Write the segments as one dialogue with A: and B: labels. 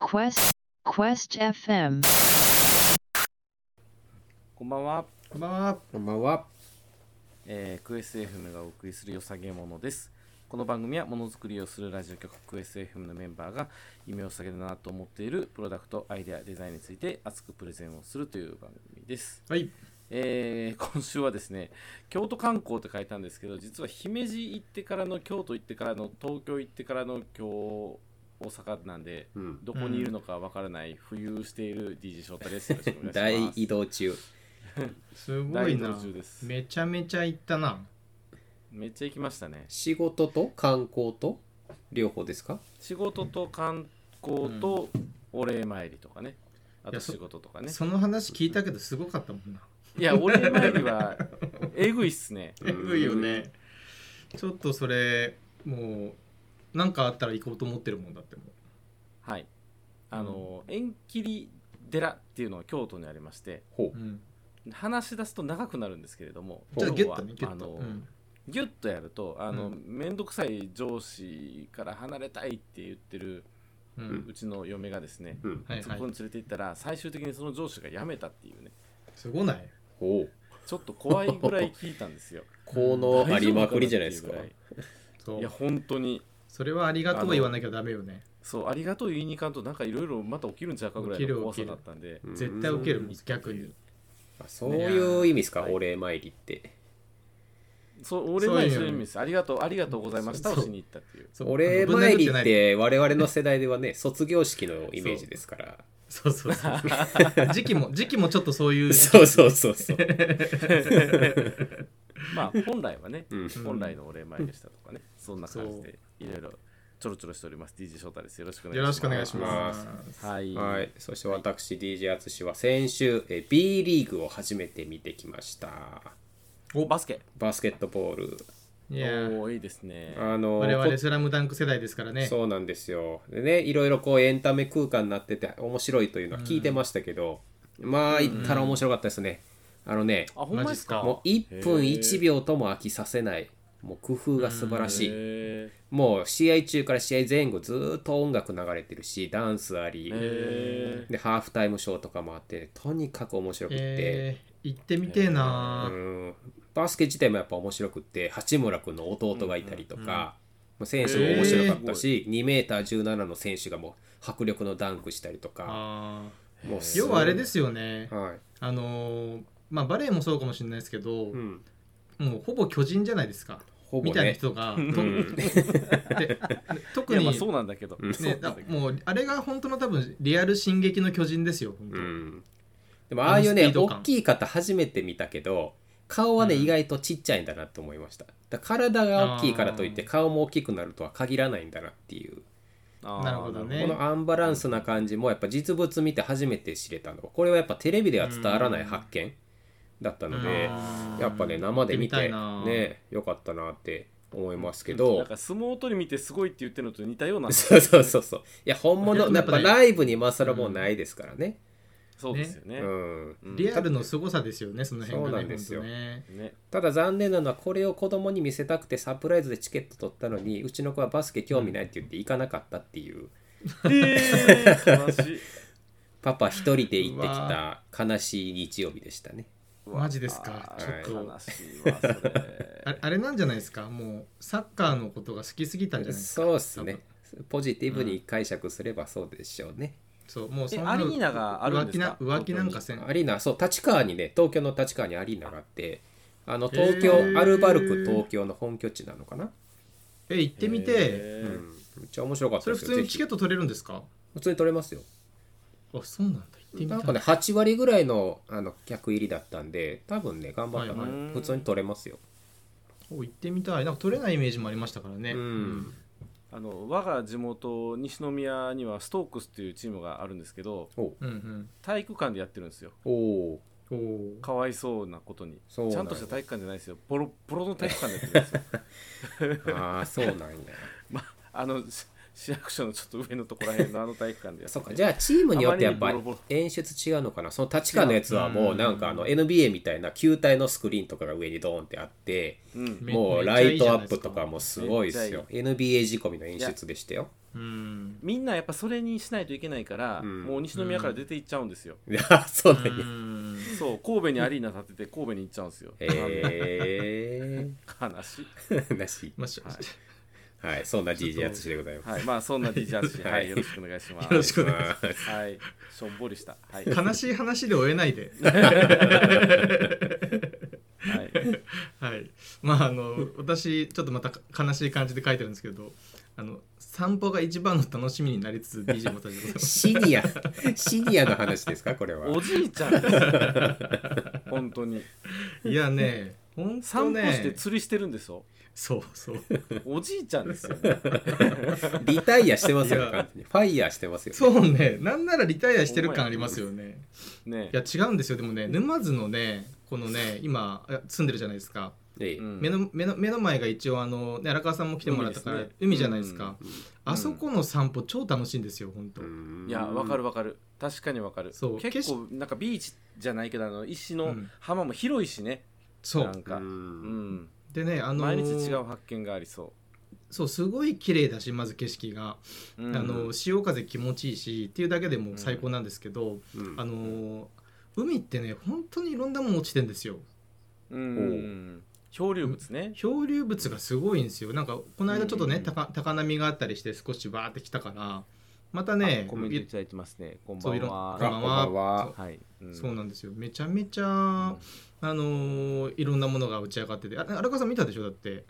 A: Quest Quest FM
B: こんばんは、
C: こんばんは。
D: こんばんは。
B: えー、クエス FM がお送りするよさげものですこの番組はものづくりをするラジオ局クエス FM のメンバーが夢を下げるなと思っているプロダクトアイデアデザインについて熱くプレゼンをするという番組です、
C: はい。
B: えー、今週はですね京都観光って書いたんですけど実は姫路行ってからの京都行ってからの東京行ってからの今日大阪なんで
D: うん。
B: どこにいるのかわからない浮遊している DJ 翔太ですよろしくお願いします
D: 大移動中。
C: すご
B: 大
C: い
B: 移動
C: な
B: 中。です
C: めちゃめちゃ行ったな。
B: めっちゃ行きましたね
D: 仕事と観光と両方ですか
B: 仕事と観光とお礼参りとかね、あ
C: い
B: と
C: やそ
B: 仕事とかね
C: その話聞いたけど、すごかったもんな。
B: いやお礼参りはえぐいっすね
C: えぐいよね。ちょっとそれ、もう、なんかあったら行こうと思ってるもんだってもう。
B: はいあの、縁切り寺っていうのは京都にありまして
D: ほう。
C: ん、
B: 話し出すと長くなるんですけれども
C: じゃあ、
B: 今
C: ゲ
B: 日
C: ッ
B: は
C: トね、ゲ
B: あ
C: ッ
B: の、
C: ト。うん
B: ギュッとやるとあの、
C: う
B: めんどくさい上司から離れたいって言ってるう
C: う。
B: んちの嫁がですね、
D: うん。
C: はい
B: そ
C: はい
B: こに連。れて行ったら最終的にその上司が辞めたっていうね
C: すごない。
D: ほう。
B: ちょっと怖いぐらい聞いたんです よ
D: 効能ありまくりじゃないですか。
B: 大丈夫なっていうぐら
C: そ
B: いいうや。本当に
C: それはありがとう言わなきゃダメよね。
B: そうありがとう言いに行かんとなんかいろいろまた起きるんちゃうかぐらい
C: 起き
B: の
C: る
B: 怖
C: 起き
B: さ
C: る
B: だったんで
D: うん
C: 絶対受けるもん、逆に。
D: あそういう意味ですか、
B: いや
D: お礼参りって。
B: そう俺はそう
C: そう
B: い
C: いうう
B: 意味
C: 意味
B: ですありがとうありがとうございましたをしに行ったっていう
C: そう
D: お礼参り
C: ぶん殴ってな
D: っ
C: い
D: て我々の世代で はね、卒業式のイメージですから。
C: そうそうそう。時期も、時期もちょっとそういう。
D: そうそうそ うそう。
B: まあ本来はね
D: うん。
C: うん
B: 本来のお礼前でしたとかねそんな感じでいろいろちょろちょろしております DJ 翔太ですよろしくお願いしま
C: よろ
B: す
C: しくお願いします。
B: はい、
D: はい、そして私、DJ 淳は先週えー B リーグを初めて見てきました。
B: おバスケ
D: バスケットボール。
C: い
B: お
C: やー、
B: ーいいですね
D: あの
C: 我
D: こ
C: 々スラムダンク世代ですからね。
D: そうなんですよ。でね、いろいろこうエンタメ空間になってて面白いというのは聞いてましたけど、まあ、行ったら面白かったですね。あのね、
B: あほんまですか
D: もう1分1秒とも飽きさせない、もう工夫が素晴らしい。
B: へ
D: もう試合中から試合前後ずーっと音楽流れてるし、ダンスあり、
B: ーへ
D: で、ハーフタイムショーとかもあって、とにかく面白くって。
C: えー、行ってみてえなー、
D: うんバスケ自体もやっぱ面白くって八村君の弟がいたりとか、もう選手も面白かったし、2メーター1 7の選手がもう迫力のダンクしたりとか
C: あ
D: もう
C: ー要はあれですすよね
D: ごいはい、
C: あのーまあバレエもそうかもしれないですけど、
D: うん、
C: もうほぼ巨人じゃないですか、
D: ほぼ
C: みたいな
D: ね
C: 人が、
D: う
C: と
D: ん
C: で
B: ー
C: 特
B: いや
C: に
B: まあそうなんだけど、
D: うん
B: そうな
C: ね
B: ん、だ
C: だ
B: けど
C: もうあれが本当の多分リアル「進撃の巨人」ですよ、本当
D: うんでもああいう
C: あ
D: ね
C: のスピード感
D: 大きい方初めて見たけど顔はね、
C: うん
D: 意外とちっちゃいんだなと思いましただから体が大きいからといって
C: あー
D: 顔も大きくなるとは限らないんだなっていう
B: あー
C: なるほどね
D: このアンバランスな感じもやっぱ実物見て初めて知れたのこれはやっぱテレビでは伝わらない発見だったので
C: うん
D: やっぱね生で見
C: 行ってみたいな
D: ねよかったなって思いますけ
B: なん
D: ど
B: か相撲取り見てすごいって言ってるのと似たような
D: そうそうそうそういや本
C: いや
D: 物
C: でもや
D: やっ
C: っ
D: ぱ
C: ぱね
D: ライブに今更もうないですからね
B: そうですよね
D: うん
B: うん
C: リアルの凄さですよねその辺がね
D: そうなんですよ
C: 本当ね
B: ね
D: ただ残念なのはこれを子供に見せたくてサプライズでチケット取ったのにうちの子はバスケ興味ないって言って行かなかったっていう
B: えー、悲しい
D: パパ一人で行ってきた悲しい日曜日でしたね
C: マジ ですか
B: あ
C: ちょっ
B: ー
C: と、
B: 悲しいわそれ
C: あれあれなんじゃないですかもうサッカーのことが好きすぎたんじゃないですか
D: そうですね。ポジティブに解釈すればそうでしょうね。
C: そうもうそ
B: え
C: ん
B: ア
C: な
B: リーナがあるん
C: 浮
B: です
C: 気な
B: か
C: 浮気なんかせん
D: アリーナ、そう、立川にね、東京の立川にアリーナがあって、あの東
C: へ
D: 京、
C: ー
D: アルバルク東京の本拠地なのかな。
C: え行ってみて、
D: う
B: へー
D: ん。めっちゃ面白かっ
C: そ
D: た
C: れ
D: で
C: 普
D: すよ。
C: 通に
D: ぜ
C: チ
D: ひ
C: ケット取れるんですか
D: 普通に取れますよ。
C: あそうなんだ行ってみた
D: ないんかね、8割ぐらいのあの客入りだったんで、多分ね、頑張ったか
C: は
D: ら、
C: い
B: はい
D: 普通に取れますよ。
C: お行ってみたいなんか取れないイメージもありましたからね、
D: うん。
B: あの我が地元西宮にはストークスっていうチームがあるんですけど
D: お
C: うんうん
B: 体育館でやってるんですよ
D: おお
C: おお
B: かわいそうなことに
D: そう
B: ちゃ
D: なん
B: ん
D: や
B: とした体育館じゃないですよ ボロボロの体育館でやってるんですよ
D: ー。ああ、そうなんや。
B: まあのし市役所のちょっと上のところらへんのあの体育館でやって
D: そっかじゃあチームによってやっ
B: あま
D: ぱ
B: りにボロボ
D: 演出違うのかなその立川のやつはもうなんかあの NBA みたいな球体のスクリーンとかが上にドーンってあって
B: うん、
C: め
D: もうライトアップとかもすごいです
B: めっ
D: よ NBA 仕込みの演出でしたよ
C: うん。
B: みんなやっぱそれにしないといけないから、
D: うん
B: もう西宮から出て行っちゃうんですよ、
D: いや そう
C: う
D: なんや
C: ん
B: そう神戸にアリーナ建てて神戸に行っちゃうんですよ、
D: へ
B: 悲しい
D: え なし
C: まあし
B: はい
D: はいそんな DJ 淳でございます
B: はいまあそんな DJ 淳
D: はい
B: はいよろしくお願いします
C: よろしくお願いし
D: は
B: はいしょんぼりしたはい
C: ます。悲しい話で終えないで。
B: はい
C: はい、まああの私ちょっとまたか悲しい感じで書いてるんですけどあの散歩が一番の楽しみになりつつ DJ もたちでございま
D: い
C: す
D: シニアシニアの話ですかこれは
B: おじいちゃんです本当に
C: いやね本当
B: 散歩して
C: ね
B: 釣りしてるんですよ
C: そうそう
B: おじいちゃん ですよ、
D: リタイアしてます
C: い
D: よ
C: や
D: 完全にファイヤーしてますよ
C: そうねなんならリタイアしてる感ありますよね
B: ね
C: いや違うんですよでもね沼津のねこのね今あ住んでるじゃないですか
D: ええ
B: うん
C: 目の目の目の前が一応あの、ね、荒川さんも来てもらったから
B: 海
C: 海,、
B: ですね
C: じゃないですか、あそこの散歩超楽しいんですよ本当、
D: うん
B: いやわかるわかる確かにわかる
C: そう
B: 結構なんかビーチじゃないけどあの石
C: う
B: の
C: ん
B: 浜も広いしね、
C: そ
B: な
C: うん
B: か、う
D: う
B: んん
C: でねあの
B: 毎日違う発見がありそ
C: そうすごい綺麗だしまず景色が、
B: う、うん
C: あの潮風気持ちいいしっていうだけでも最高なんですけど、
D: うん
C: あの海ってね本当にいろんなもの落ちてんですよ
B: うん漂流物ね
C: 漂流物がすごいんですよなんかこの間ちょっとね、
B: うん
C: 高高波があったりして少しバーってきたからまた
B: あ
C: ね
B: コメントいただいてますねこんば
C: そうい
B: ん
C: ろん
B: は
C: こんばんは
D: こんばんは
B: はい、うん
C: そうなんですよめちゃめちゃ、あのーいろんなものが打ち上がっててあ荒川さん見たでしょだって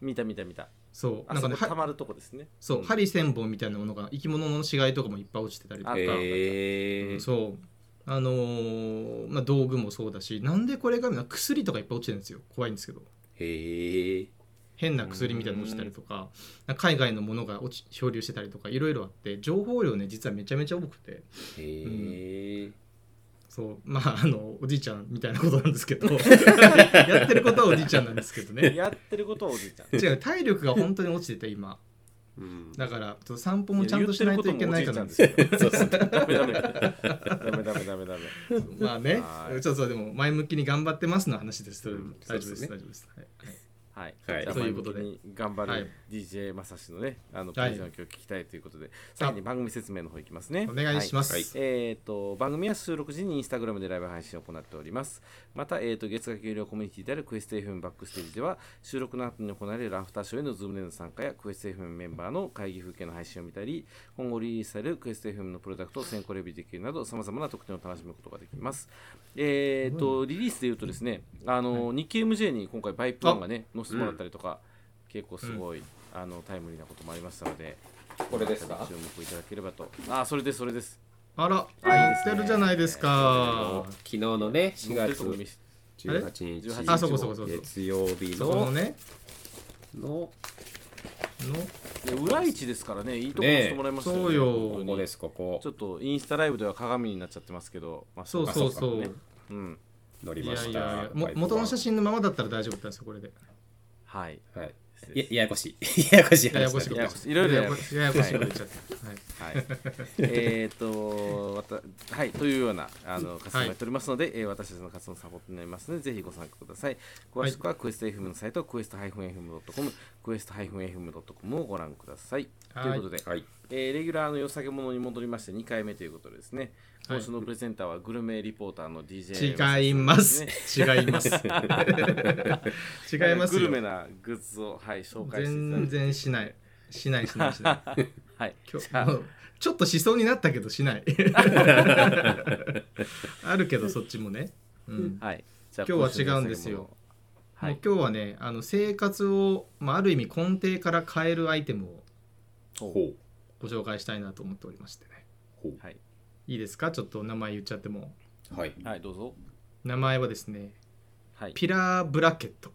B: 見た見た見た
C: そう
B: あ
C: なん
B: そ
C: かね
B: こた
C: は
B: まるとこですね
C: そう、
B: ん
C: 針千本みたいなものが生き物の死骸とかもいっぱい落ちてたりとか、
B: あった
D: ええ
C: そうあのーまあ、道具もそうだしなんでこれがみたいな薬とかいっぱい落ちてるんですよ怖いんですけど
D: へえ
C: 変な薬みたいなの落ちたりとかなんか海外のものが落ち漂流してたりとかいろいろあって情報量ね実はめちゃめちゃ多くて
D: へえ
C: そうまああのおじいちゃんみたいなことなんですけど やってることはおじいちゃんなんですけどね
B: やってることはおじいちゃん
C: 違う体力が本当に落ちてて今
D: うん
C: だからちょっと散歩もちゃんとしないといけないから
B: や
C: なん
B: 言
C: で
B: っ
C: す
B: て
C: よ
B: ることもおじいちゃんですよダメダメダメダメダメダメ
C: まあね
B: はい
C: ちょっとでも前向きに頑張ってますの話です、
D: うん
C: 大丈夫です
D: そうですね
C: 大丈夫です、はいはい
B: はい、
D: はい
B: じゃあ
C: ということで
B: 前向きに頑張
C: は
B: る
C: い
B: DJ まさしのねあのプ
C: はい
B: レゼンを今日聞きたいということで、最後に番組説明の方いきますね
C: お願いします、
D: はい
B: えー、と番組は収録時にインスタグラムでライブ配信を行っておりますまた、えー、と月額有料コミュニティであるクエスト FM バックステージでは収録の後に行われるアフターショーへのズームでの参加やクエスト FM メンバーの会議風景の配信を見たり今後リリースされるクエスト FM のプロダクトを先行レビューできるなどさまざまな特典を楽しむことができますえー、とリリースでいうとですねあの、日経 MJ に今回バイプワンがね載せてもらったりとか、結構すごい、あのタイムリーなこともありましたので
D: これですか
B: 注目いただければとあそれですそれです
C: あら、
B: あいい
C: や
B: です
C: っ
B: ね
C: てるじゃないですか。
D: 昨日のね4月
B: 乗ってるとこ見せ
D: 18日
B: あ
C: そこそこそこ
D: 月曜日
C: そこの
D: の
C: ね、
D: の
C: の、
B: ね裏市ですからね、いいとこ見せてもらいました
C: ねえそうよ
B: 本当
D: こ
B: に
D: こですここ
B: ちょっとインスタライブでは鏡になっちゃってますけど、まあ
C: そうそう
D: あそ
C: そうう。
B: ねうん、
D: 乗り
C: い
D: ま
C: や
D: し
C: い
D: た
C: やいや、も
D: バイクは
C: 元の写真のままだったら大丈夫だったんですよ、これで。
B: はい、
D: はいやややこしい ややこしい話
C: ややこしく
B: や
C: な
B: や
C: っ
B: こ
C: ち
B: しい
C: ゃた
B: いろいろや
C: や
B: や
C: や
B: こ
C: こ
B: し
C: し
B: い
C: い。ややこしくなっちゃった。はい。
B: はい、 えーっと、また、はい、というような、あの、活動もやっておりますので、えー私たちの活動のサポートになりますので、ぜひご参加ください。詳しくは、クエスト FM のサイト、クエスト -FM.com、クエスト -FM.com をご覧ください。
C: はい
B: ということで、
D: はい
B: えーレギュラーの良さげものに戻りまして2回目ということですね。
C: はい
B: 今週のプレゼンターはグルメリポーターの DJ
C: 違います。
B: ね
C: 違います。違います
B: グルメ
C: よ。
B: なグッズを、はい、紹介していただい
C: 全
B: て。
C: 然しない。しないしないし ない。
B: はい、
C: 今日
B: じゃあ
C: もうちょっとしそうになったけどし ない。あるけどそっちもね。うん。
B: はい、じゃあ
C: 今日は違うんです
B: 今週の良さげものは
C: よ。もう
B: い。
C: 今日はね、あの生活を、まあ、ある意味根底から変えるアイテムを
D: ほう
C: ご紹介したいなと思っておりましてね。
D: ほ
B: はい、
C: いいですかちょっと名前言っちゃっても。
D: うはい
B: はい、どうぞ。
C: 名前はですね、
B: はい。
C: ピラーブラケット。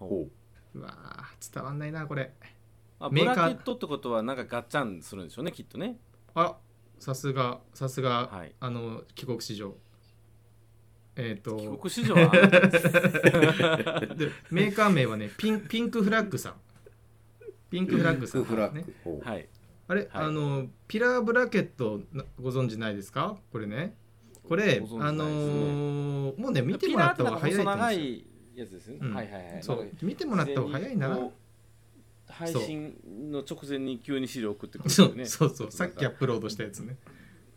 D: ほ
C: うわー伝わんないな、これ。
B: あブ
C: メーカ
B: ラ
C: ー
B: ケットってことは、なんかガッチャンするんでしょうね、きっとね。
C: あさすが、さすが、
B: はい
C: あの、帰国史上。えっ、と
B: 帰国市場はあなたです。
C: でメーカー名はねピン、ピンクフラッグさん。ピンクフラッグさん
D: フラッグ、
C: ね
D: ほう
B: はい。
C: あれ、あのピラーブラケットなご存知ないですかこれねこれ
B: ご存知ないですね
C: あのーもうね見て
B: ピ
C: も
B: ラ
C: ら
B: ーっ
C: ってた
B: な
C: 方
B: ん
C: が
B: か
C: 早いと
B: 細
C: 思うん
B: 長
C: ですよ
B: いやつですよね。
C: うん
B: はいはいはい。
C: そう見てもらった方が早いな
B: こう配信の直前に急に資料送ってくるんです
C: そ
B: よ
C: うそうそうさっきアップロードしたやつね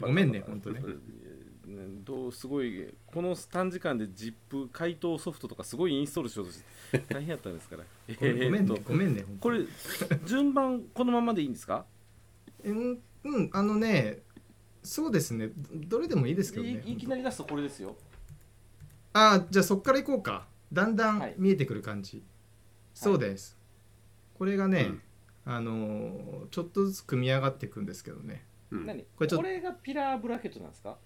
C: ごめんね本当ね
B: うんどうすごいこの短時間で ZIP 解凍ソフトとかすごいインストールしようとして大変やったんですから
C: ごめんごめん
B: えー
C: ね
B: っと
C: ごめんね本当
B: これ順番このままでいいんですか
C: うん、うん、あのねそうですねどどれでもいいですけどね
B: いいきなり出すとこれですよ
C: あーじゃあそっから行こうかだんだ
B: は
C: ん
B: い
C: 見えてくる感じ、そうですこれがね、
D: うん
C: あのーちょっとずつ組み上がっていくんですけどね
D: うん
B: 何
C: これちょっ
B: こ
C: と
B: れがピラーブラケットなんですか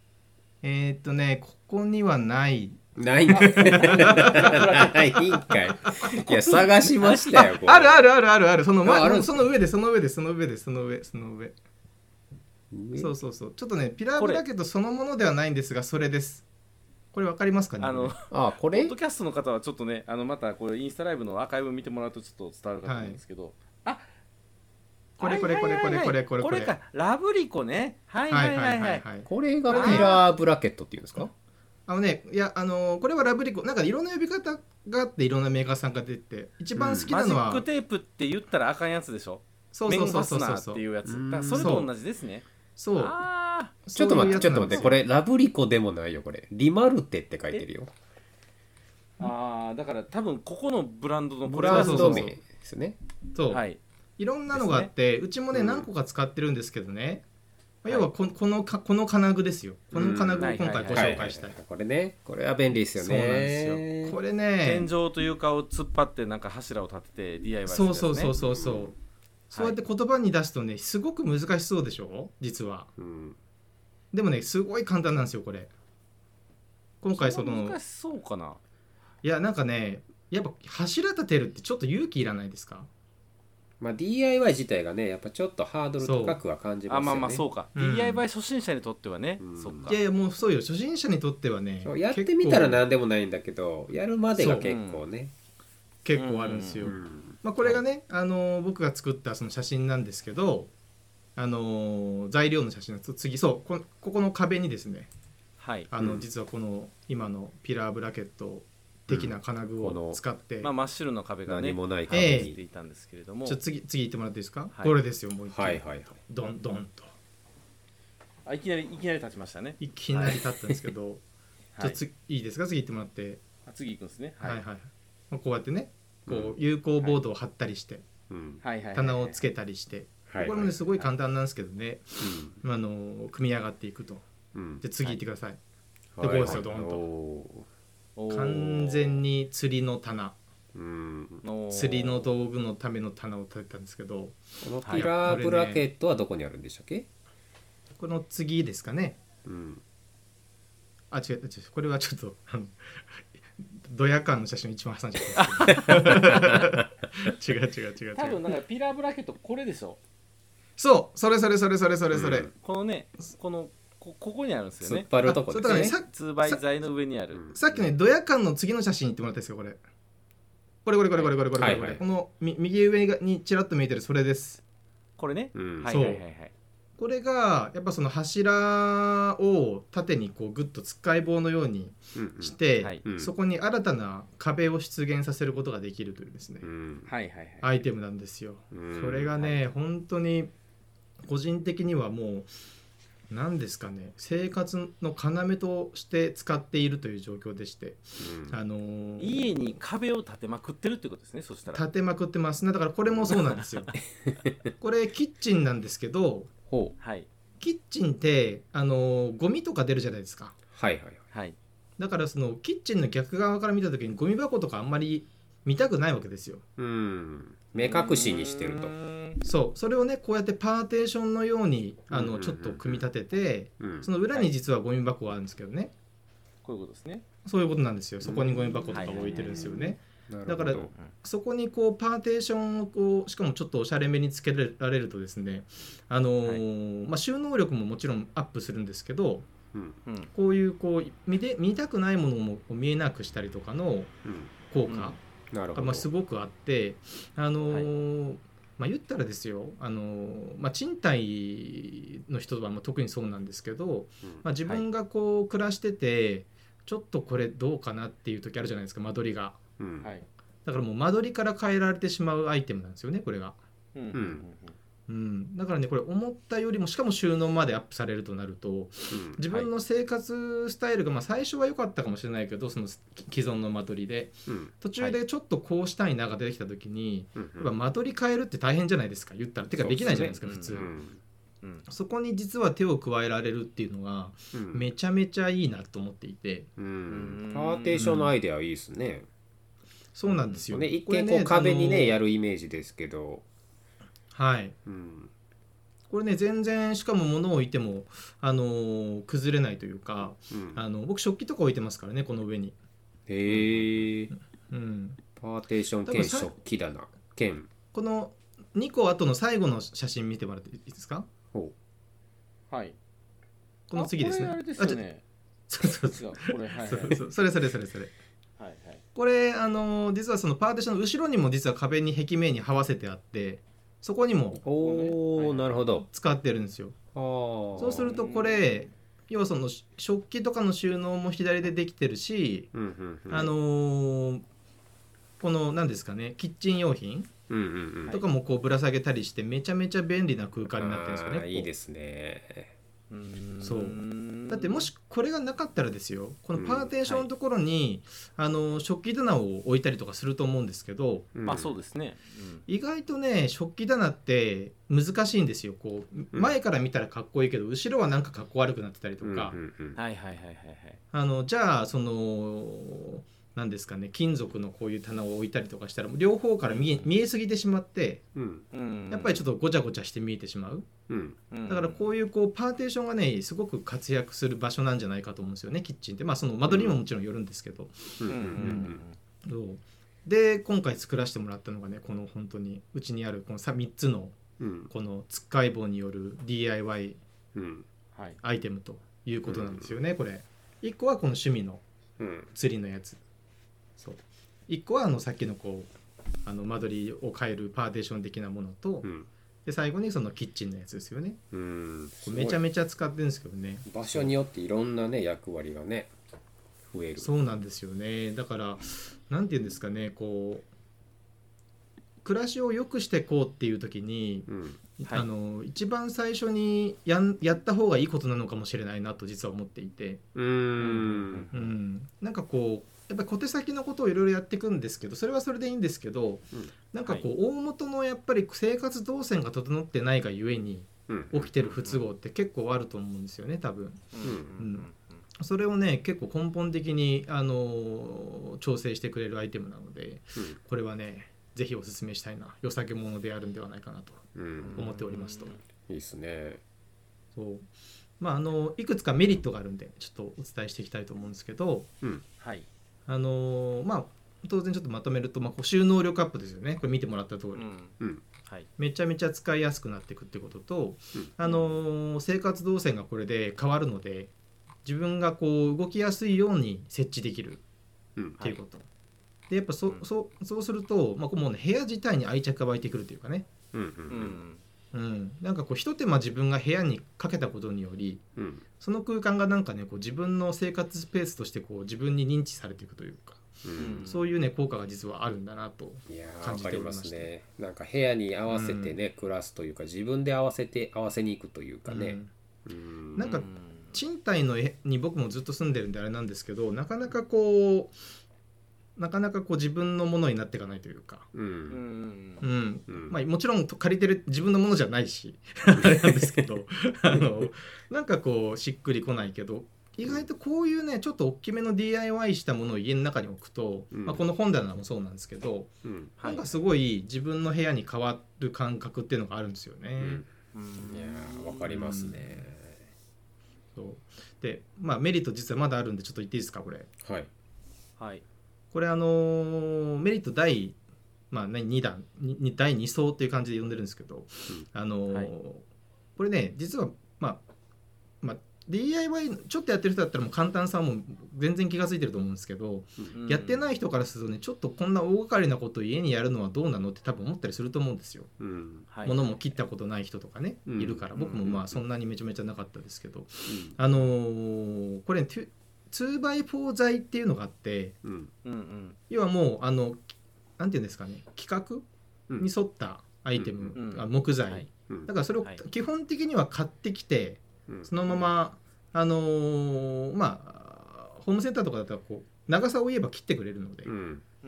C: えー、っとねここにはない
D: ないんかいないんかいいや探しましたよこれ
C: あるあるあるあるあるその、
D: あ
C: ま、
D: あるんです
C: その上でその上でその上でその上その上
D: うん
C: そうそうそうちょっとねピラー
B: こ
C: ブ
B: れ
C: ラケットそのものではないんですがそれですこれわかりますかね
B: あの
D: あこ
B: ポッ
D: れ
B: ドキャストの方はちょっとねあのまたこれインスタライブのアーカイブ見てもらうとちょっと伝わるかと思うんですけど、あ
C: これこれ
B: はいはいはいはい
C: これこれこれこれ
B: これかラブリコねはいはいはいはい
C: い
D: これがピラーブラケットっていうんですか
C: あのね、いや、あのーこれはラブリコ、なんかいろんな呼び方があって、いろんなメーカーさんが出てて、一番好き
B: マ
C: な
B: ジ
C: の
B: ッ
C: は、
B: クテープって言ったらあかんやつでしょ
C: そうそうそうそう
B: メン
C: そ
B: バスナ
C: う
B: ー
C: そ
B: っ
C: う
B: ていうやつ
D: うん
B: だからそれと同じですね
C: そう
B: ああ
D: ちょっと待って
C: そ
D: ちょっ
C: ういうやつなん
D: と待
C: です
D: ってこれラブリコでもないよこれリマルテって書いてるよ
B: あーだから多分ここのブランドのこ
D: ブ
B: れが
D: ランド名ですね
C: そう、、
B: はいい
C: ろんなのがあって、うちもね、
D: うん
C: 何個か使ってるんですけどね、まあ、要はここのかこの金具ですよこの金具を今回ご紹介したい、
D: これねこれは便利ですよ
C: そうなんです
D: ね
C: よこ
D: れ
C: れ
B: 天
C: ね
B: 井と床を突っ張ってなんか柱を立てて DIY する
C: そ
B: や
C: う
B: つね
C: そうそうそうそう、そうやって言葉に出すとねすごく難しそうでしょ実は
D: うん
C: でもねすごい簡単なんですよこれ今回その
B: 難しそうかない
C: やなんかねやっぱ柱立てるってちょっと勇気いらないですか
D: まあ DIY 自体がねやっぱちょっとハードル高くは感じますよ
B: あ
D: ね
B: まあまあそうか、
C: うん
B: DIY 初心者にとってはね、
D: うん
B: そっか
C: いやいやもうそうよ初心者にとってはね
D: そうやってみたら
C: 結構
D: 何でもないんだけどやるまでが結構ね
C: 結構あるんですよ、
D: うん
C: まあ、これがね、あのー僕が作ったその写真なんですけど、あのー材料の写真の次そうこここの壁にですね
B: はい
C: あの、
D: うん
C: 実はこの今のピラーブラケット的な金具
D: うんこ
C: を
D: の
C: 使って、
B: まあ、真っ白の壁がね
D: 何もない
B: 壁
D: 壁
B: について
D: に
B: いたんですけれども、
C: ちょ次次行ってもらっていいですか、
B: はい
C: これですよもう一
D: は
C: 回、
D: いはいはい
C: どんどんと
B: あいきなりいきなり立ちましたね、
C: いきなり立ったんですけど、
B: は
C: ちょ
B: い、
C: 次いいですか次行ってもらって、
B: あ次行くんですね
C: はい、
B: はい
C: はいはいまあこうやってねこ
D: う
C: う有効ボードを貼ったりして、
D: うん
B: はいはいはい
C: 棚をつけ
B: て
C: たりして、
D: はい
C: これもねすごい簡単なんですけどね、
D: う
C: あのー組み上がっていくと
D: んうん
C: で次行ってください
D: はい
C: こうですよドーンと
D: お
C: 完全に釣りの棚
D: ーうん
C: 釣りの道具のための棚を建てたんですけど
D: このピラーブラケットはどこにあるんでしたっけ
C: この次ですかね
D: うん
C: あ違う違うこれはちょっとあのドヤ感の写真を一番挟んじゃ った違う違う違う違う
B: 多分なんかピラーブラケットこれでしょ
C: そうそれそれそれそれそれそれ、
D: うん
B: このねこのこここにあるんですよ
D: 突っ
B: ね
D: 張るとこ
C: そう
D: で
C: だからね
D: す
C: さ
D: ね
B: 通売材の上にある、
D: うん
C: さっきねドヤ感の次の写真言ってもらったんですよこれこれこれこれこれこれこれこれ、
D: はいはい
C: このみ右上がにちらっと見えてるそれです
B: これね、
D: うん
B: はい
C: そう
B: はいはいはい
C: これがやっぱその柱を縦にこうグッとつっかい棒のように
D: うんうん
C: して、
B: はい
D: うん
C: そこに新たな壁を出現させることができるというですね、
D: うん
B: はいはいはい
C: アイテムなんですよ。
D: うん
C: これがね、本当に個人的にはもう何ですかね生活の要として使っているという状況でして、
D: うん
C: あのー
B: 家に壁を立てまくってるってことですねそしたら
C: 立てまくってますねだからこれもそうなん ですよ。これキッチンなんですけど
D: ほう
B: はい
C: キッチンって、あのーゴミとか出るじゃないですか。
D: はいはいはい
B: はい
C: だからそのキッチンの逆側から見た時にゴミ箱とかあんまり見たくないわけですよ。
D: うん目隠しにしてると
B: うーん
C: そうそれをねこうやってパーテーションのようにあ
D: うんうんう
C: の
D: んうん
C: ちょっと組み立てて
D: うん
C: その裏に実はゴミ箱があるんですけどね
B: こういうことですね
C: そういうことなんですよそこにゴミ箱とか置いてるんですよね
D: なるほ
C: だ
D: ど
C: からそこにこうパーテーションをこうしかもちょっとおしゃれめにつけられるとですねあのーまあ収納力ももちろんアップするんですけど
D: うん
B: うん
C: こういうこう見て見たくないものもこう見えなくしたりとかの
D: うん
C: 効
B: うん
C: 果
D: なるほ
C: が
D: ど
C: まあすごくあってあのーまあ、言ったらですよあの、まあ、賃貸の人はもう特にそうなんですけど、
D: うん
C: まあ、自分がこう暮らしてて、ちょっとこれどうかなっていう時あるじゃないですか間取りが
D: うん
B: はい。
C: だからもう間取りから変えられてしまうアイテムなんですよねこれが、
B: うんうん
D: う
B: うんん
C: うん、だからねこれ思ったよりもしかも収納までアップされるとなると
D: うん
C: 自分の生活スタイルが、まあ、最初は良かったかもしれないけどその既存の間取りで
D: うん
C: 途中でちょっとこうしたいなが出てきた時に、
D: うん
C: やっぱ間取り変えるって大変じゃないですか言ったらてかできないじゃないですか
B: そう
C: 普
B: です
C: 通、
B: ね
D: うん
B: うん
C: そこに実は手を加えられるっていうのが
D: うん
C: めちゃめちゃいいなと思っていて
D: うんパーテーションのアイデアいいですね。
C: そうなんですよ、
D: ね一
C: これ
D: 見こう壁にね
C: あ
D: やるイメージですけど、
C: のはい
D: うん
C: これね全然しかも物を置いてもあのー崩れないというか
D: うん
C: あの僕食器とか置いてますからねこの上に
D: へえ
C: うん
D: パーテーション兼食器棚兼
C: この2個後の最後の写真見てもらっていいですか
D: ほ
B: はい。
C: この次ですね
B: あこれあれですよ
C: ちょ
B: ね。
C: そうそうそ
B: 違う。これ、はい、はいう
C: そうそうそれそれそれそれ
B: はいはい。
C: これあのー実はそのパーティションの後ろにも実は壁に壁面に這わせてあってそこにも
D: うおおなるほど
C: 使ってるんですよ
D: そ
C: そうするとこれ要はそのし食器とかの収納も左でできてるし、
D: うんうんうん
C: あのーこの何ですかねキッチン用品
D: うんうんうん
C: とかもこうぶら下げたりしてめちゃめちゃ便利な空間になってるんですよ
D: あー
C: ね。
D: いいですすね
B: うーん
C: そうだってもしこれがなかったらですよこのパーテーションのところに、あのー食器棚を置いたりとかすると思うんですけど
B: まあそう
D: で
B: ですね。
C: 意外とね食器棚って難しいんですよこう
D: うん
C: 前から見たらかっこいいけど後ろはなんかかっこ悪くなってたりとか、
B: うんはいはいはいはいはい。
C: あのじゃあその何ですかね金属のこういう棚を置いたりとかしたら両方から見え見えすぎてしまって
D: うん
B: うん
C: やっぱりちょっとごちゃごちゃして見えてしまう
D: うん
C: だからこういうこうパーテーションがねすごく活躍する場所なんじゃないかと思うんですよねキッチンってまあその間取りにももちろんよるんですけど、
D: うんうん
B: うんうん
D: うん
C: そうで今回作らせてもらったのがねこの本当にうちにあるこの 3, つの
D: うん
C: このつっかい棒による DIY
D: うん
B: うんはい。
C: アイテムということなんですよね、これ1個はこの趣味の
D: うん
C: 釣りのやつそう1個はあのさっきのこうあの間取りを変えるパーテーション的なものと、
D: うん
C: で最後にそのキッチンのやつですよね
D: うん
C: これめちゃ
D: め
C: めちゃ使ってるんですけどね
D: 場所によっていろんなね役割がね増える
C: そうなんですよねだから何て言うんですかねこう暮らしを良くしてこうっていう時に、
D: うん
B: はい
C: あの一番最初にやんやった方がいいことなのかもしれないなと実は思っていて、
D: うーん
C: うん、なんかこうやっぱり小手先のことをいろいろやっていくんですけどそれはそれでいいんですけど、
D: うん
C: なんかこう、大元のやっぱり生活動線が整ってないがゆえに
D: うん
C: 起きてる不都合って結構あると思うんですよね多分
B: うん
C: それをね結構根本的に、あのー調整してくれるアイテムなのでこれはねぜひおすすめしたいな良さげものであるんではないかなと
D: うんうん
C: 思っておりますと
D: いいですね
C: そうまああのいくつかメリットがあるんでちょっとお伝えしていきたいと思うんですけど
B: はい。
C: あのーまあ当然ちょっとまとめると、まあ、収納力アップですよねこれ見てもらった通り、
B: うん
D: うん
B: はい。
C: めちゃめちゃ使いやすくなっていくってことと、
D: うん
C: あのー生活動線がこれで変わるので自分がこう動きやすいように設置できる
D: うん
C: っていうこと、でやっぱそ,、
B: うん
C: そそうすると、まあ、こうもうね部屋自体に愛着が湧いてくるというかね、
D: うんう
B: うんん
C: うん、なんかこうひと手間自分が部屋にかけたことにより
D: うん
C: その空間がなんかねこう自分の生活スペースとしてこう自分に認知されていくというか、
D: うん
C: そういうね効果が実はあるんだなと
D: いやー
C: 感
D: わ
C: じ
D: か
C: て
D: り
C: おり
D: ま
C: ますして
D: ねなんか部屋に合わせてね暮らすというか自分で合わせて合わせに行くというか
C: う
D: ね
C: ん
D: うん
C: なんか
B: う
C: 賃貸の家に僕もずっと住んでるんであれなんですけどなかなかこうなかなかこう自分のものになっていかないというか、
B: う
D: う
B: んん
C: う。ん
D: うん
C: まあ、もちろん借りてる自分のものじゃないし あれなんですけ どあのなんかこうしっくりこないけど意外とこういうねちょっと大きめの DIY したものを家の中に置くと、
D: うん
C: まあ、この本棚もそうなんですけど、
D: うん
B: はい
C: なんかすごい自分の部屋に変わる感覚っていうのがあるんですよね。
D: うん
B: うん
D: いやーわかりますね
C: そうで、まあ、メリット実はまだあるんでちょっと言っていいですかこれ。
D: はい
B: はい。
C: これあのーメリット第、まあ、何2弾にに第2層っていう感じで呼んでるんですけど、あのー
B: はい
C: これね実は、まあまあ、 DIY ちょっとやってる人だったらもう簡単さはもう全然気が付いてると思うんですけど、やってないい人からするとねちょっとこんな大掛かりなことを家にやるのはどうなのって多分思ったりすると思うんですよ。
D: うん
C: 物も切ったことない人とかね、
D: うん
C: いるから
B: うん
C: 僕もまあそんなにめちゃめちゃなかったですけど、あのーこれ 2x4 材っていうのがあって
D: うんう
B: う
D: ん
B: んうん
C: 要はもうあのなんていうんですかね規格
D: うん
C: に沿ったアイテム、
B: うんうん
C: あ木材、
B: はい
D: うん
C: だからそれを
B: はい
C: 基本的には買ってきて
D: うん
C: そのままあのーまあホームセンターとかだったらこう長さを言えば切ってくれるので、
D: う
C: うん
D: ん
B: う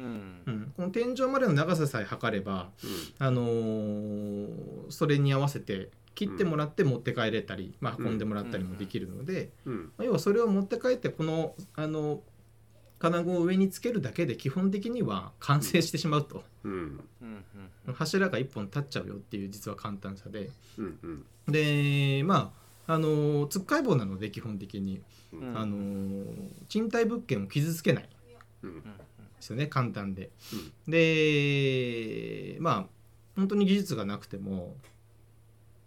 B: ん
C: この天井までの長ささえ測ればあのーそれに合わせて切ってもらって持って帰れたり、まあ、運んでもらったりもできるので、
D: うん
C: まあ要はそれを持って帰ってこのあの金具を上につけるだけで基本的には完成してしまうと、
D: うん
B: うんうん
C: 柱が1本立っちゃうよっていう実は簡単さで
D: うんうん
C: でまああのーつっかえ棒なので基本的に、
B: うん
C: あのー賃貸物件を傷つけない
D: うん
C: ですよね簡単で、でまあ本当に技術がなくても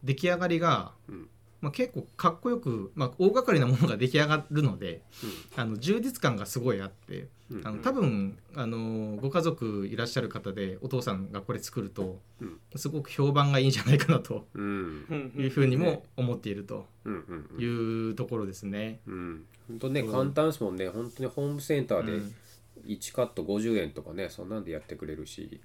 C: 出来上がりが、
D: うん
C: まあ、結構かっこよく、まあ、大掛かりなものが出来上がるのであの充実感がすごいあって
D: うん
C: あの
B: うん
C: 多分あのご家族いらっしゃる方でお父さんがこれ作ると、
D: うん
C: すごく評判がいいんじゃないかなと
D: うん
B: うん
C: いうふうにも思っていると
D: うんうんうん
C: いうところですね。
D: うん本当ね簡単ですもんね本当にホームセンター
C: う
D: で
C: ん
D: 1カット50円とかねそんなんでやってくれるし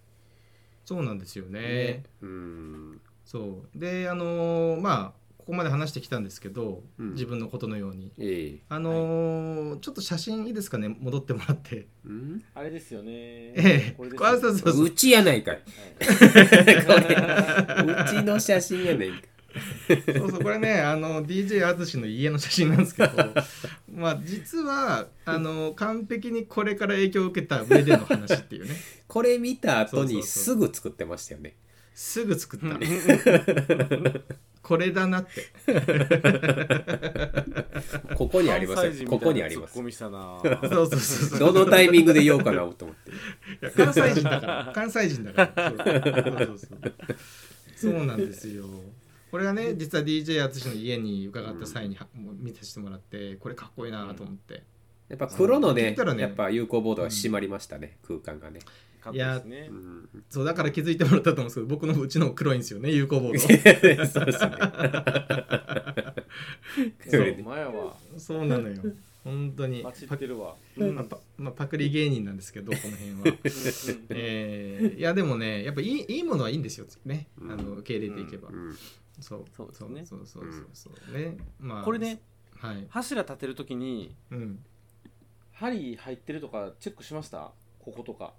C: そうなんですよね
D: ねうん
C: そうであのーまあここまで話してきたんですけど、
D: うん
C: 自分のことのように
D: ええ
C: あのーちょっと写真いいですかね 戻ってもら って
D: うん
B: あれですよね
C: ええ
B: これです
C: あそうそうそう
D: うちやないかい
B: は
D: これうちの写真やないかい
C: そうそうこれねあの DJ 淳の家の写真なんです けどまあ実はあの完璧にこれから影響を受けた上での話っていうね
D: これ見た後
C: そうそう
D: に
C: そ
D: すぐ作ってましたよね
C: すぐ作った これだなって
D: ここ
B: い
D: にあります
B: 関西
D: よ
B: 人みたいな
D: ここにあり
B: ツッコ
D: ます
B: ミしたな
C: そうそうそうそう
D: どのタイミングで言おうかなと思って
C: いや関西人だから関西人だからそうそうそうそうそうなんですよこれがね実は DJ 淳の家に伺った際には、もう見させてもらってこれかっこいいなと思って、
D: やっぱ黒の
C: 聞
D: ね
C: いたらね
D: やっぱ有効ボードは閉まりましたね、空間がね、
B: かっこいいですね
D: うん、
C: そうだから気づいてもらったと思うんですけど僕のうちの黒いんですよね有効ボ
D: そう
C: ー
D: ですね
B: そ
D: そうう
B: 前は
C: ドそうなのよ本当に
B: バチってるわ
C: パクまあパまあパクリ芸人なんですけどこの 辺はえーいやでもねやっぱいいいいものはいいんですよねあの受け入れていけば、
D: うん
C: そう
B: そうですね
C: そうそうそうそうそうねまあ
B: これね
C: はい
B: 柱立てるときに
C: うん
B: 針入ってるとかチェックしましたこことか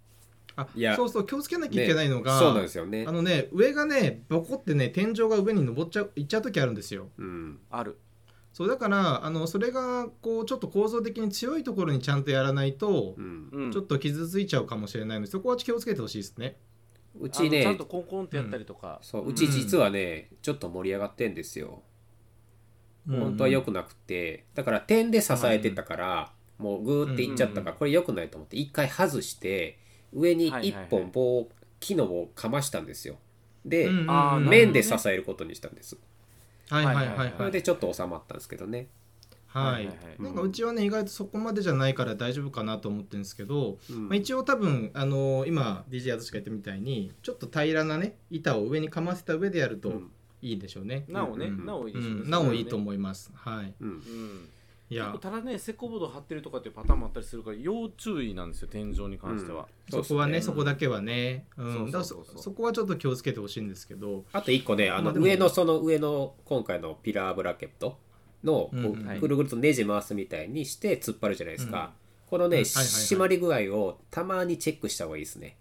C: あ
D: いや
C: そうそう気をつけなきゃいけないのが、
D: そうなんですよね
C: あのね上がねボコってね天井が上に登っちゃう行っちゃう時あるんですよ
D: うん
B: ある
C: そうだからあのそれがこうちょっと構造的に強いところにちゃんとやらないと
D: う、ん
B: うん
C: ちょっと傷ついちゃうかもしれないのでそこは気をつけてほしいですね
B: あ
D: う
B: の
D: ち
B: ちゃ
D: ね
B: んとコンコンってやったりとか
D: そう
B: うん
D: うち実はね、ちょっと盛り上がってんですよ本当は良くなくてだから点で支えてたから、もうグーっていっちゃったから、
B: うんうん
D: これ良くないと思って一回外して上に
B: はいはいはい
D: 一本棒を木の棒をかましたんですよで、
C: うんうんうん
B: あーなるほどね
D: 面で支えることにしたんです
C: はいはいはいはい
D: それでちょっと収まったんですけどね
C: はい
D: うん
C: なんかうちはね意外とそこまでじゃないから大丈夫かなと思ってるんですけど、
D: うん
C: まあ、一応多分あの今 DJ 淳が言ったみたいにちょっと平らなね板を上にかませた上でやる
D: う
C: と
D: ん
C: いいでしょうね、
B: なおね、
D: うん
B: なおいいでしょうね
C: うんなおいいと思いますはい
D: うん
B: うん
C: い
B: 結
C: や
B: 構ただねセコボード貼ってるとかっていうパターンもあったりするから要注意なんですよ天井に関しては、
C: そこはね、
B: そうっすね
C: そこだけはね、うん
B: そうそうそうそう
C: だからそそこはちょっと気をつけてほしいんですけど、
D: あと一個ねあ
C: ま
D: の
C: あでも
D: 上のその上の今回のピラーブラケットのこ
C: うんうん
B: はいう
D: ぐるぐるとネジ回すみたいにして突っ張るじゃないですか、この
C: うんはいはいはい
D: ね締まり具合をたまにチェックした方がいいですね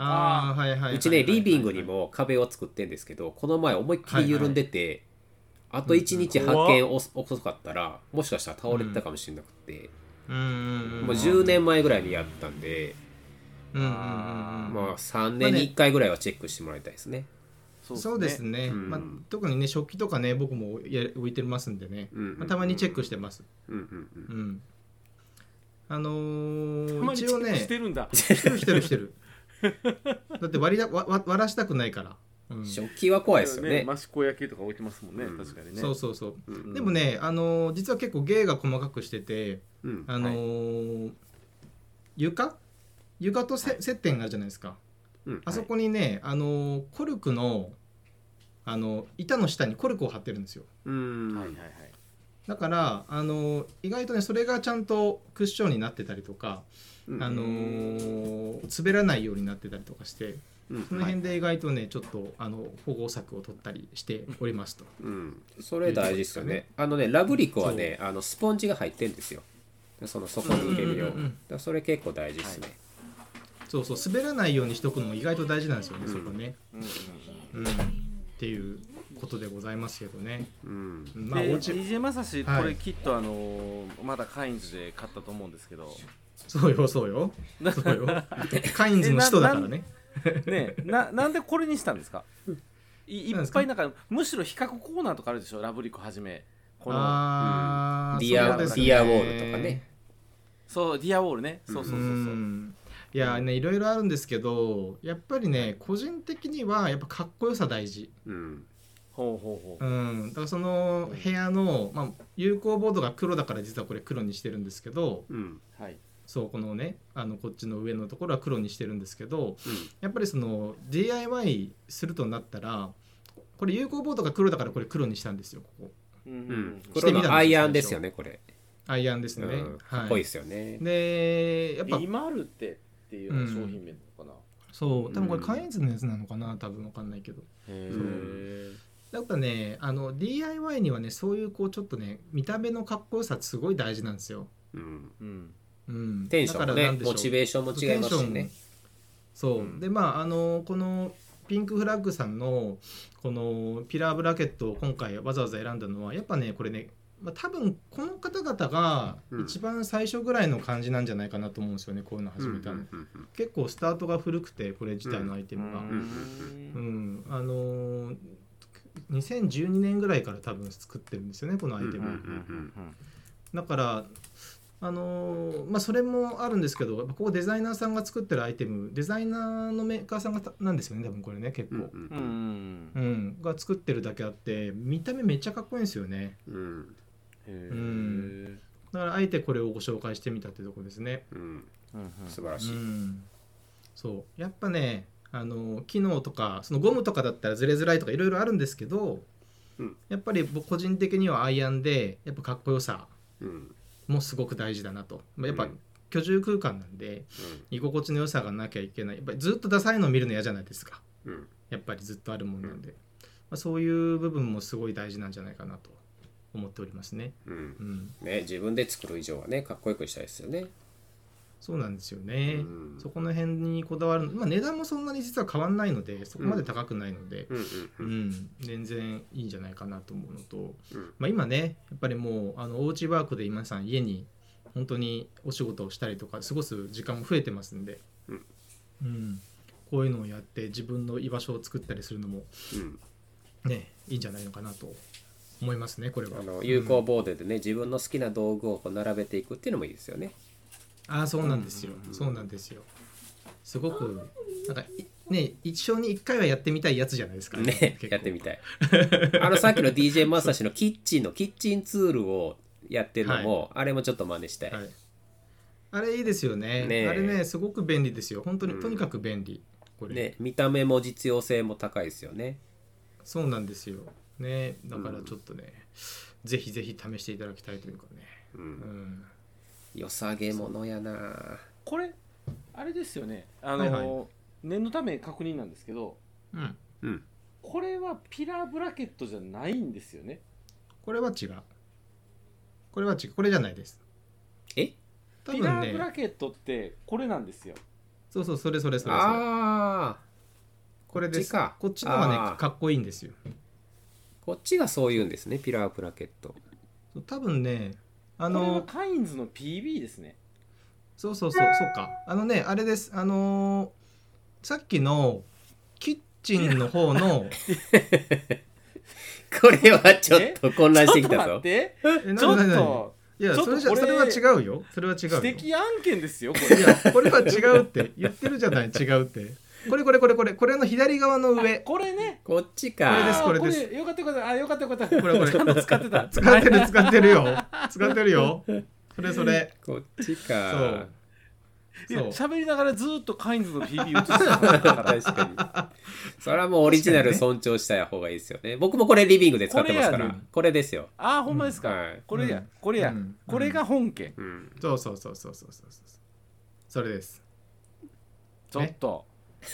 C: ああ、はいはいはいはいはい。
D: うちねリビングにも壁を作ってんですけどこの前思いっきり緩んでて、あと1日発見お遅かったらもしかしたら倒れてたかもしれなくて、
C: うんうんうん、
D: もう
B: 十
D: 10年前ぐらいにやったんで、
C: うんうんうんうん
D: まあ、3年に1回ぐらいはチェックしてもらいたいですね。
B: そ
C: そうですね、
D: うん
C: まあ、特にね、食器とかね、僕もや置いてますんでね、
D: うんうんうん
C: まあ、たまにチェックしてます。
D: うんうんうん
C: うん、あの
B: たま
C: ー、
B: にチ
C: 一
B: ェ
C: 応
B: ック
C: ね
B: し、てるんだ、
C: してるしてるしてる。だって割りだわわ割らしたくないから。うん
D: 食器は 怖いですよね。
B: 益子野球とか置いてますもんね、
D: うん
B: 確かにね。
C: そうそうそう
B: うん
C: でもねあのー実は結構芸が細かくしてて
D: うん
C: あのー床床とせ、接点があるじゃないですか
D: うん
C: あそこにね、あのーコルクのあの板の下にコルクを貼ってるんですよ
D: うん
B: はいはいはい。
C: だからあの意外とねそれがちゃんとクッションになってたりとか、
D: うん
C: あのー滑らないようになってたりとかして
D: うん
C: その辺で意外とねちょっとあの保護策を取ったりしておりますと。
D: うん、それ大事ですよね。あのね、ラブリコはね、あのスポンジが入ってんですよ。その底に入れるよう。
C: うんうんうんうん
D: だからそれ結構大事ですね。
C: そうそう滑らないようにしとくのも意外と大事なんですよね、そこね、
B: うんうん
C: うん。っていうことでございますけどね。
D: うん。
C: うん
B: うん
C: まあお
B: で、
C: うち
B: DJ まさし、こ
C: はい
B: れきっとあのーまだカインズで買ったと思うんですけど、
C: そうよそうよそう よ。カインズの人だからね。
B: ねえななんでこれにしたんですかいい
C: なんで
B: っ
C: すか
B: ぱいなんか、むしろ比較コーナーとかあるでしょ、ラブリコはじめ。この
C: あー
D: ディア
C: そうです
D: ディアウォールとかね。
B: そう、ディアウォールね。そうそうそうそう。
C: んいやねいろいろあるんですけどやっぱりね個人的にはやっぱかっこよさ大事、
D: うん。
B: ほうほうほう
C: う。ん、だからその部屋の、まあ、有効ボードが黒だから実はこれ黒にしてるんですけど
D: うん。
B: はい。
C: そうこのねあのこっちの上のところは黒にしてるんですけどやっぱりその DIY するとなったらこれ有効ボードが黒だからこれ黒にしたんですよここ
B: うん
D: うん。うん。
C: こ
D: こ
C: れ
D: れ
C: は
D: のアイアンですよね、これ。
C: アイアンです
D: う
C: ね、
D: ん。かっこいいですよね。
C: でやっぱ
B: リマルテっていうのが商品名なのかな。
C: そう多分これ
D: うん
C: カインズのやつなのかな多分わかんないけど
B: へ
D: う
B: え。
C: だからねあの DIY にはねそういうこうちょっとね見た目のかっこよさすごい大事なんですよ。
D: うん。
B: うん。
C: うん、
D: テンションも
C: だからな
D: ね、
C: んでしょう
D: モチベーションも違いますし
C: テン
D: ね
C: ション。そう、
B: うん
C: でまああのこのピンクフラッグさんのこのピラーブラケットを今回わざわざ選んだのはやっぱねこれね、まあ、多分この方々が
D: うん
C: 一番最初ぐらいの感じなんじゃないかなと思うんですよねこういうの始めたの、
D: うんうんうん
C: 結構スタートが古くてこれ自体のアイテムが。う
B: うん
C: ん、あのー2012年ぐらいから多分作ってるんですよねこのアイテム、
D: うんうん
C: だからあのーまあそれもあるんですけどやっぱここデザイナーさんが作ってるアイテムデザイナーのメーカーさんがたなんですよね多分これね結構、
D: うん
B: う
D: うん
B: ん
C: うんが作ってるだけあって見た目めっちゃかっこいいんですよね
D: うん
B: へー
C: うんだからあえてこれをご紹介してみたってとこですね
D: うん
B: うん
D: 素晴ら
C: う
D: しい。
C: んそうやっぱねあのー機能とかそのゴムとかだったらずれづらいとかいろいろあるんですけど、
D: うん
C: やっぱり僕個人的にはアイアンでやっぱかっこよさ
D: うん
C: もすごく大事だなとまあやっ
D: う
C: ぱ
D: ん
C: 居住空間なんで、居心地の良さがなきゃいけないやっぱりずっとダサいのを見るの嫌じゃないですか
D: うんうん
C: やっぱりずっとあるもんなんで、まあ、そういう部分もすごい大事なんじゃないかなと思っておりますね
D: うん
C: うん
D: ね、自分で作る以上はね、かっこよくしたいですよね。
C: そうなんですよね、
D: うん
C: そこの辺にこだわるまあ値段もそんなに実は変わんないのでそこまで高くないので、
D: うんうんう
C: うんん、全然いいんじゃないかなと思うのと、
D: うん
C: まあ、今ねやっぱりもうあのおうちワークで今さん家に本当にお仕事をしたりとか過ごす時間も増えてますんで、
D: うん
C: うんこういうのをやって自分の居場所を作ったりするのも
D: うん
C: ねいいんじゃないのかなと思いますねこれは
D: あの有効ボードでね、自分の好きな道具をこう並べていくっていうのもいいですよね。
C: ああそうなんですよ、そうなんですよすごくなんかいね一生に一回はやってみたいやつじゃないですか
D: ね、やってみ
C: た
D: たい。あのさっきの DJ まさしのキッチンのキッチンツールをやってるのも、あれもちょっと真似したい。
C: はい、あれいいですよね
D: ねえ
C: あれねすごく便利ですよ本当に、
D: うん
C: とにかく便利これ、
D: ね、見た目も実用性も高いですよね。
C: そうなんですよねだからちょっとね、ぜひぜひ試していただきたいというかね、
D: う、
C: うんん、
D: 良さげものやな。
B: これあれですよねあ
C: はいは
B: の念のため確認なんですけど
C: うん、
D: うん、
B: これはピラーブラケットじゃないんですよね
C: これは違うこれは違うこれじゃないです
D: え
C: 多
B: ピラ
C: 分
B: ーブ
C: ね
B: ラケットってこれなんですよ
C: そうそうそれそれそれそれ
D: ああ、
C: これです
D: こっちか
C: こっちの方がね
D: あー
C: かっこいいんですよ
D: こっちがそう言うんですね、ピラープラケット。
C: そう多分ねあ
B: これは
C: の
B: カインズの PB ですね
C: そうそうそうそうかあのねあれですあのーさっきのキッチンの方の
D: これはちょっと混乱して
B: ちょ
D: き
B: っと
D: た
B: 待っ
D: ぞ。
B: て
C: え
B: ち
C: な
B: ょ
C: にな
B: っ
C: になに
B: と
C: いや
B: ちょっ
C: それ
B: と
C: じゃ
B: こ
C: それ
B: れ
C: は違うよそれは違うよ
B: 私的案件ですよこ
C: いやこれは違うって言ってるじゃない違うってこれこれこれこれこれの左側
B: あ
C: の上
B: これね
D: こっち
C: これで
D: か
C: す
B: あー
C: これです
B: よかったよかったあよかったよかった
C: これこれ
B: ちゃんと使ってた
C: 使ってる使ってるよ使ってるよそれそれ
D: こっち
C: そ
D: か
C: う
B: いや
C: そう
B: 喋りながらずーっとカインズの PB 映してた から
D: 確かにそれはもうオリジナル尊重した方がいいですよね僕もこれリビングで使ってますか
B: これや
D: ら
B: ね
D: これですよ
B: あーほんまですか、
D: はい
B: これや、
C: うん
B: これや、
C: うん
B: これが本家、
D: うん
C: そうそうそうそうそうそうそうそれです
B: ちょっと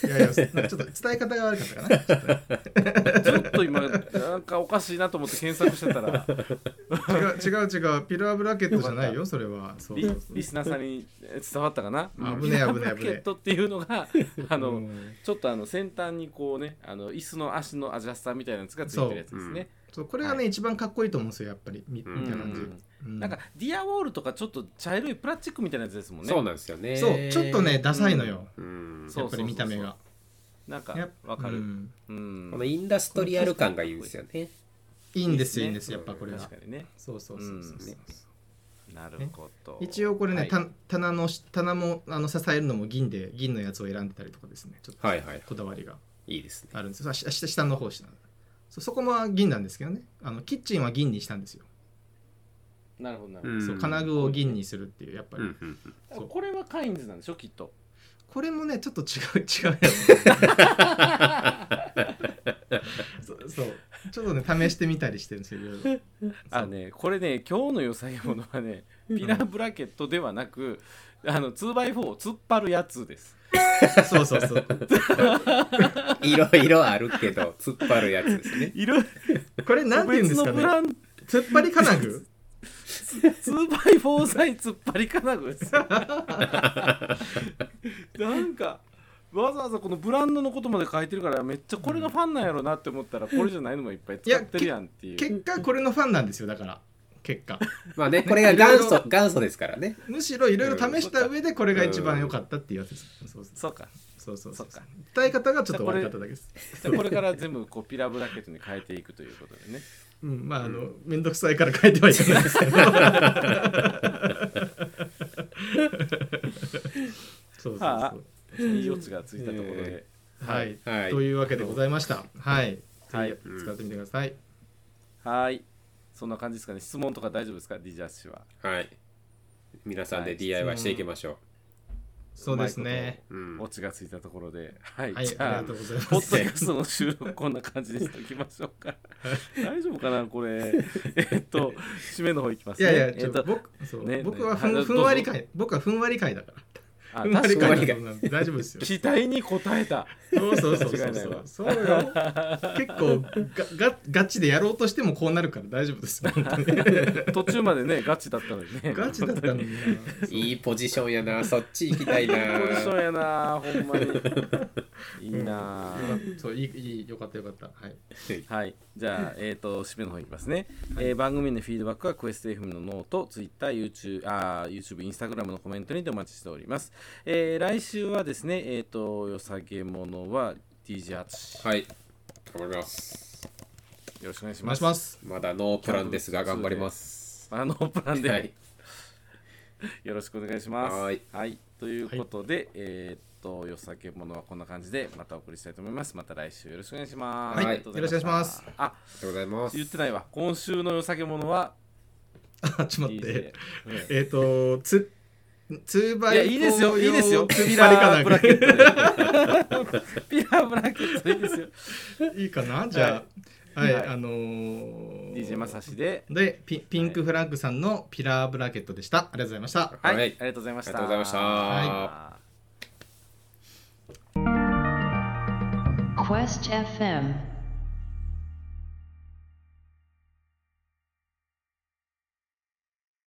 C: いやいやなんかちょっと伝え方が悪かったかな ちょっとね
B: ちょっと今なんかおかしいなと思って検索してた ら
C: 違う違う違うピラーブラケットじゃないよそれはそう
B: リ
C: そうそう
B: リスナーさんに伝わったかな
C: うん危ねえ危ねえ危ねえ
B: ラケットっていうの があの、
C: うん
B: ちょっとあの先端にこうねあの椅子の足のアジャスターみたいなやつがついてるやつですね、
C: そうこれがね一番かっこいいと思うんですよやっぱりみ
D: うん
C: 見た
B: う
C: 感
B: ん
C: じ
B: なんかディアウォールとかちょっと茶色いプラスチックみたいなやつですもんね
D: そうなんですよね
C: そうちょっとねダサいのよ
D: うん
B: そ
C: やっぱり見た目が
B: なんか
C: やっぱ
B: わかる、
C: う
B: うん
C: ん
D: このインダストリアル感がいいですよね
C: いいんですよいいん
B: で
C: ですす
B: ね
C: やっぱこれは
B: 確かにね
C: そうそうそうそうそう
B: なるほど
C: 一応これ
B: は
C: ね
B: い
C: た棚のし棚もあの支えるのも銀で銀のやつを選んでたりとかですねちょっと
D: はいはい
C: こだわりが
D: いいですね
C: あるんですよあ下下下の方下そうそこも銀なんですけどねあのキッチンは銀にしたんですよ
B: なるほどなるほど、
D: うん
C: そう金具を銀にするっていうやっぱ
D: う
C: り
D: んうんうん
C: そう
B: これはカインズなんでしょきっと
C: これもねちょっと違う 違うやつ そうそうちょっとね試してみたりしてるんですよいろいろ
B: あねこれね今日の良さげものはねピラーブラケットではなくあの 2x4 を突っ張るやつです
C: そうそうそう
D: 色々あるけど突っ張るやつです ね
B: いろいろ
C: これなんて言うんで
B: 別
C: す
B: の
C: か
B: ブ
C: ね
B: ランド
C: 突っ張り金具
B: 2x4 サイズ突っ張り金具です なんかわざわざこのブランドのことまで書いてるからめっちゃこれがファンなんやろなって思ったらこれじゃないのもいっぱい使ってるやんっていう
C: 結果これのファンなんですよだから結果
D: まあねこれが元祖元祖ですからね
C: むしろいろいろ試した上でこれが一番良かったっていうやつですそうそう
B: そうか
C: そうそう
B: そ
C: そうう
B: か
C: 伝え方がちょっと悪かっただけです
B: じゃあこれから全部こうピラーブラケットに変えていくということでね
C: うんまああの面倒くさいから書いてはいけないです けどそうそうそう
B: はあいい余地がついたところで、
C: はい、
D: はい
C: というわけでございました。はい、
B: はい
C: ぜひ使ってみてください。
B: はーいそんな感じですかね質問とか大丈夫ですか DJ 氏は
D: はい皆さん
B: は
D: で
B: い
D: DIY していきましょ
C: そうですね。
D: ううん
B: うオチがついたところではい、
C: はい、あり
B: じゃ
C: が
B: あ
C: とうござい
B: ポ
C: ま
B: ッド
C: す
B: キ。ャストの収録こんな感じにしておきましょう か大丈夫かなこれえっと締めの方いきます
C: い
B: ね
C: やいや、
B: え
C: ち
B: っ
C: ょ
B: と
C: 僕、そう
B: ね
C: 僕はふ
B: はいどうんぞ
C: ふんわり会、僕はふんわり会だか
B: あ
C: ら。ふんわり
B: 確か
C: 会
B: に
C: だから大丈夫 ですよ。
B: 期待に応えた
C: そうそうそう
B: 間違
C: そ
B: いうない
C: そ
B: わ
C: う。そうよ。結構ががガチでやろうとしてもこうなるから大丈夫 ですよ。本当に
B: 途中までねガチだったのにね
C: ガチだったのにな。
D: いいポジションやなそっち行きたいな
B: ポジションやなほんまにいいなぁ
C: そういいいいよかったよかった。はい。
B: はい、じゃあ、えー、と締めの方いきますね、えー番組へのフィードバックはクエスト FM のノート TwitterYouTube、あー YouTube、Instagram のコメントにてお待ちしております、えー来週はですね、えー、とよさげものは DJ アツシよ
D: はい頑張ります
B: ろしくお願いし
C: お願
B: ま
C: い
B: す
C: します。
D: まだノープランですが頑張ります
B: あのプランで、
D: はい
B: よろしくお願いします
D: はい、
B: ということで、えー、とよさげものはこんな感じでまたお送りしたいと思いますまた来週よろしくお願いします、
D: はい
B: ありがとうござ
C: よろしくお願いします
B: あ
D: ありがとうございます
B: 言ってないわ今週のよさげものは
C: あ、 ちょっと待って。
B: DJ うん
C: えっ、と、つ、つば
B: いや、いいですよ、いいですよ。
C: つ
B: ピ
C: ばりか
B: ラーブ
C: な
B: ラケットで。ピラーブラケットいい ですよ。
C: いいかな、じゃあ、
B: は
C: はいい、
B: はい
C: あのー
B: DJ まさしで。
C: でピ、ピンクフラッグさんのピラーブラケットでした。ありがとうございました。
B: はい、
D: はい
B: ありがとうございました。
D: ありがとうございました
B: は
A: Quest FM